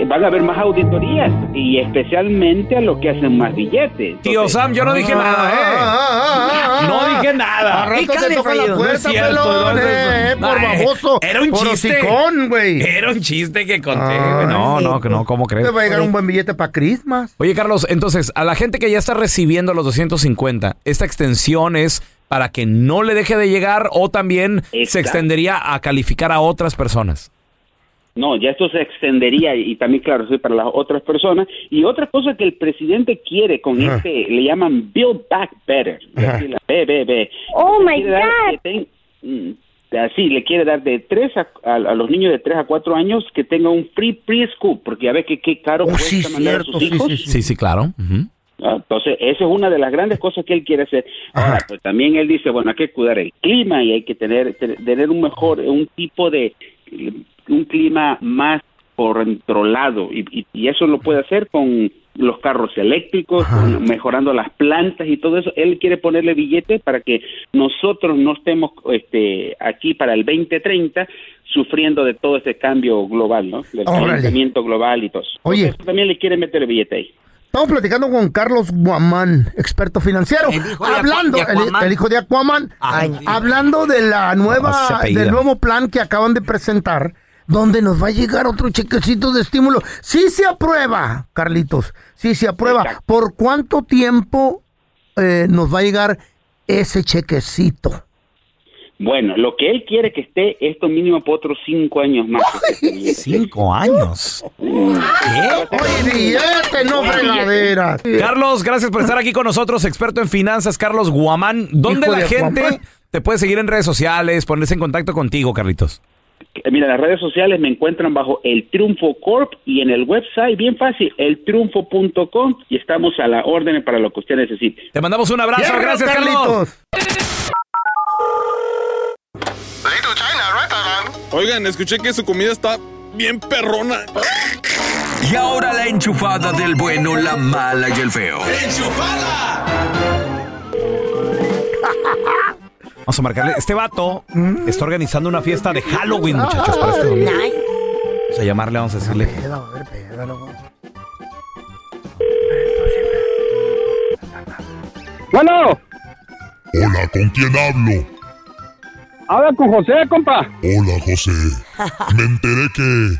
Sí, van a haber más auditorías y especialmente a los que hacen más billetes. Tío Sam, yo no Ah, dije nada, ¿eh? No dije nada. A ah, rato te toca la No es puerta, cierto, pelón, no, no, no. eh, por Ay, baboso. Era un por chiste. hocicón, güey. Era un chiste que conté. güey. no, no, que no, ¿cómo crees? Te va a llegar un buen billete para Christmas. Oye, Carlos, entonces, a la gente que ya está recibiendo los 250, ¿esta extensión es para que no le deje de llegar o también se Exacto. extendería a calificar a otras personas? No, ya esto se extendería y también, claro, sí, para las otras personas. Y otra cosa que el presidente quiere con Ah. Ajá. este, le llaman Build Back Better, Ajá. así la BBB. Oh, Le my quiere dar God. que ten- mm, así, le quiere dar de tres a, a- a los niños de 3 a 4 años que tengan un free preschool, porque ya ves que qué caro cuesta mandar a sus hijos. Oh, Sí, sí, claro. Ujú. Ah, Entonces, esa es una de las grandes cosas que él quiere hacer. Ahora, pues también él dice, bueno, hay que cuidar el clima y hay que tener, te- tener un mejor, un tipo de, un clima más controlado. Y, y- y eso lo puede hacer con los carros eléctricos, con- mejorando las plantas y todo eso. Él quiere ponerle billetes para que nosotros no estemos este, aquí para el 2030 sufriendo de todo ese cambio global, ¿no? Del Órale. calentamiento global y todo eso. Oye. Entonces, también le quiere meter el billete ahí. Estamos platicando con Carlos Guamán, experto financiero. de Aqua- hablando, de el- Aquaman. el, hijo de Aquaman, Ay, hablando de la No, ese nueva, apellido. del nuevo plan que acaban de presentar, donde nos va a llegar otro chequecito de estímulo. Si se aprueba, Carlitos, si se aprueba, ¿por cuánto tiempo eh, nos va a llegar ese chequecito? Bueno, lo que él quiere que esté esto mínimo por otros cinco años más. ¿Cinco años? ¿Qué? Oye, este billete, no fregadera. Carlos, gracias por estar aquí con nosotros, experto en finanzas, Carlos Guamán. ¿Dónde Hijo la de gente Guamán. te puede seguir en redes sociales, ponerse en contacto contigo, Carlitos? Mira, las redes sociales me encuentran bajo El Triunfo Corp y en el website, bien fácil, eltriunfo.com y estamos a la orden para lo que usted necesite. Te mandamos un abrazo, gracias, Carlos. Oigan, escuché que su comida está bien perrona. Y ahora la enchufada del bueno, la mala y el feo. Vamos a marcarle. Este vato está organizando una fiesta de Halloween, muchachos, para este domingo. Vamos a llamarle, vamos a decirle. Bueno, Hola, ¿con quién hablo? habla con José, compa. Hola, José. Me enteré que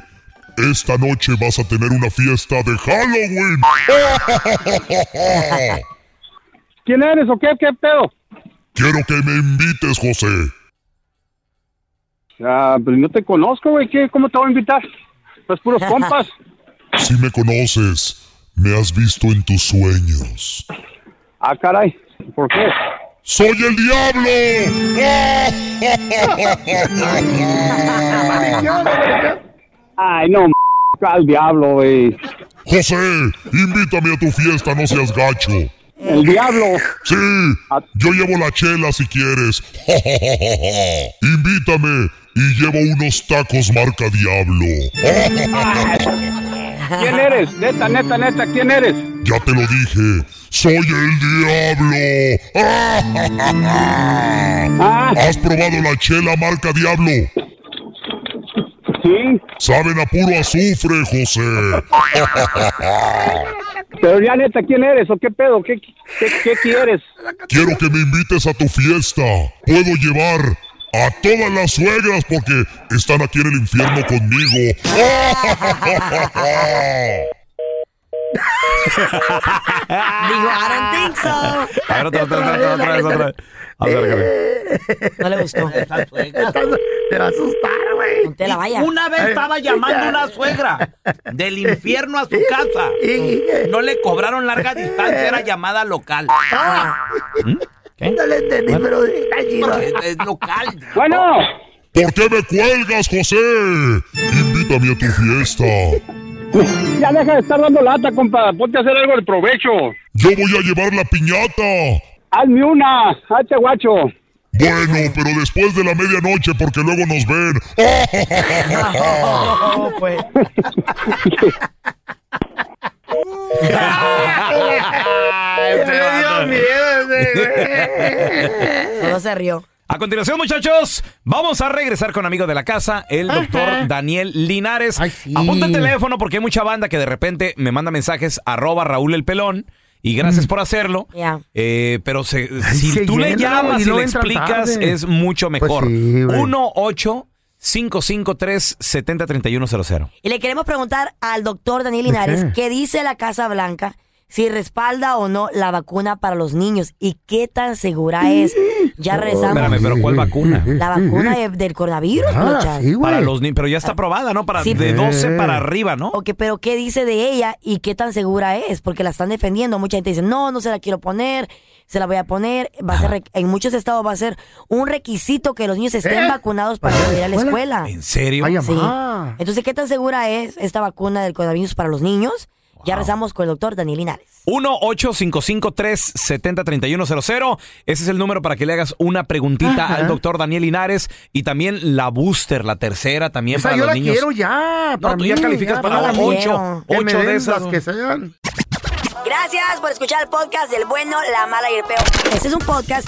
esta noche vas a tener una fiesta de Halloween. ¿Quién eres o qué, qué pedo? Quiero que me invites, José. Ah, pues no te conozco, güey. ¿qué? ¿Cómo te voy a invitar? Los puros compas. Si me conoces, me has visto en tus sueños. Ah, caray. ¿Por qué? ¡Soy el diablo! Ay, no, m- al diablo, güey. José, invítame a tu fiesta, no seas gacho. El diablo. Ah. Sí, yo llevo la chela si quieres. Invítame y llevo unos tacos marca diablo. ¿Quién eres? Neta, neta, neta, ¿quién eres? Ya te lo dije, soy el diablo. Ah. ¿Has probado la chela marca Diablo? Sí. Saben a puro azufre, José. Pero ya, neta, ¿quién eres o qué pedo? ¿Qué, qué, qué quieres? Quiero que me invites a tu fiesta. Puedo llevar a todas las suegras porque están aquí en el infierno conmigo. Digo, I don't think so. A ver, otra, otra, otra, otra vez, otra vez. A ver, a ver. No le gustó. Te va a asustar, güey. te la vaya. Una vez estaba llamando una suegra del infierno a su casa. No le cobraron larga distancia, era llamada local. ¿Qué? ¿Mm? No le Ah. entendí, pero está Pues, Es, es local. Bueno, ¿Por qué me cuelgas, José? Invítame a tu fiesta. Ya deja de estar dando lata, compa. Ponte a hacer algo de provecho. Yo voy a llevar la piñata. Hazme una, hacha guacho. Bueno, pero después de la medianoche porque luego nos ven. Solo se rió. A continuación, muchachos, vamos a regresar con amigo de la casa, el doctor Daniel Linares. Apunta el teléfono porque hay mucha banda que de repente me manda mensajes arroba Raúl el Pelón. Y gracias por hacerlo. Ya. Eh, pero se- si Mm. se tú le llena, llamas y y, luego le entran explicas, tarde. Pues es mucho mejor. sí, güey. 1 8 553 703100 Y le queremos preguntar al doctor Daniel Linares Ujú. qué dice la Casa Blanca si respalda o no la vacuna para los niños y qué tan segura es. Ya Mm. regresamos. Espérame, pero ¿cuál vacuna? La Mm. vacuna de- del coronavirus, muchachos. Ah. Para los niños, pero ya está aprobada, ¿no? Para Sí, pues. de pero- 12 para arriba, ¿no? Ok, pero ¿qué dice de ella y qué tan segura es? Porque la están defendiendo. Mucha gente dice, no, no se la quiero poner, se la voy a poner. Va a ser, re- en muchos estados va a ser un requisito que los niños estén ¿Eh? vacunados para poder ir a la escuela. ¿En serio? Ah. Sí. Entonces, ¿qué tan segura es esta vacuna del coronavirus para los niños? Ya rezamos con el doctor Daniel Linares. 1-855-370-3100. Ese es el número para que le hagas una preguntita Ajá. al doctor Daniel Linares y también la booster, la tercera, también Esa para yo los la niños. quiero ya. No, tú ya calificas para la ocho, quiero. Que ocho me de den esas. las que sean. Gracias por escuchar el podcast del bueno, la mala y el peor. Este es un podcast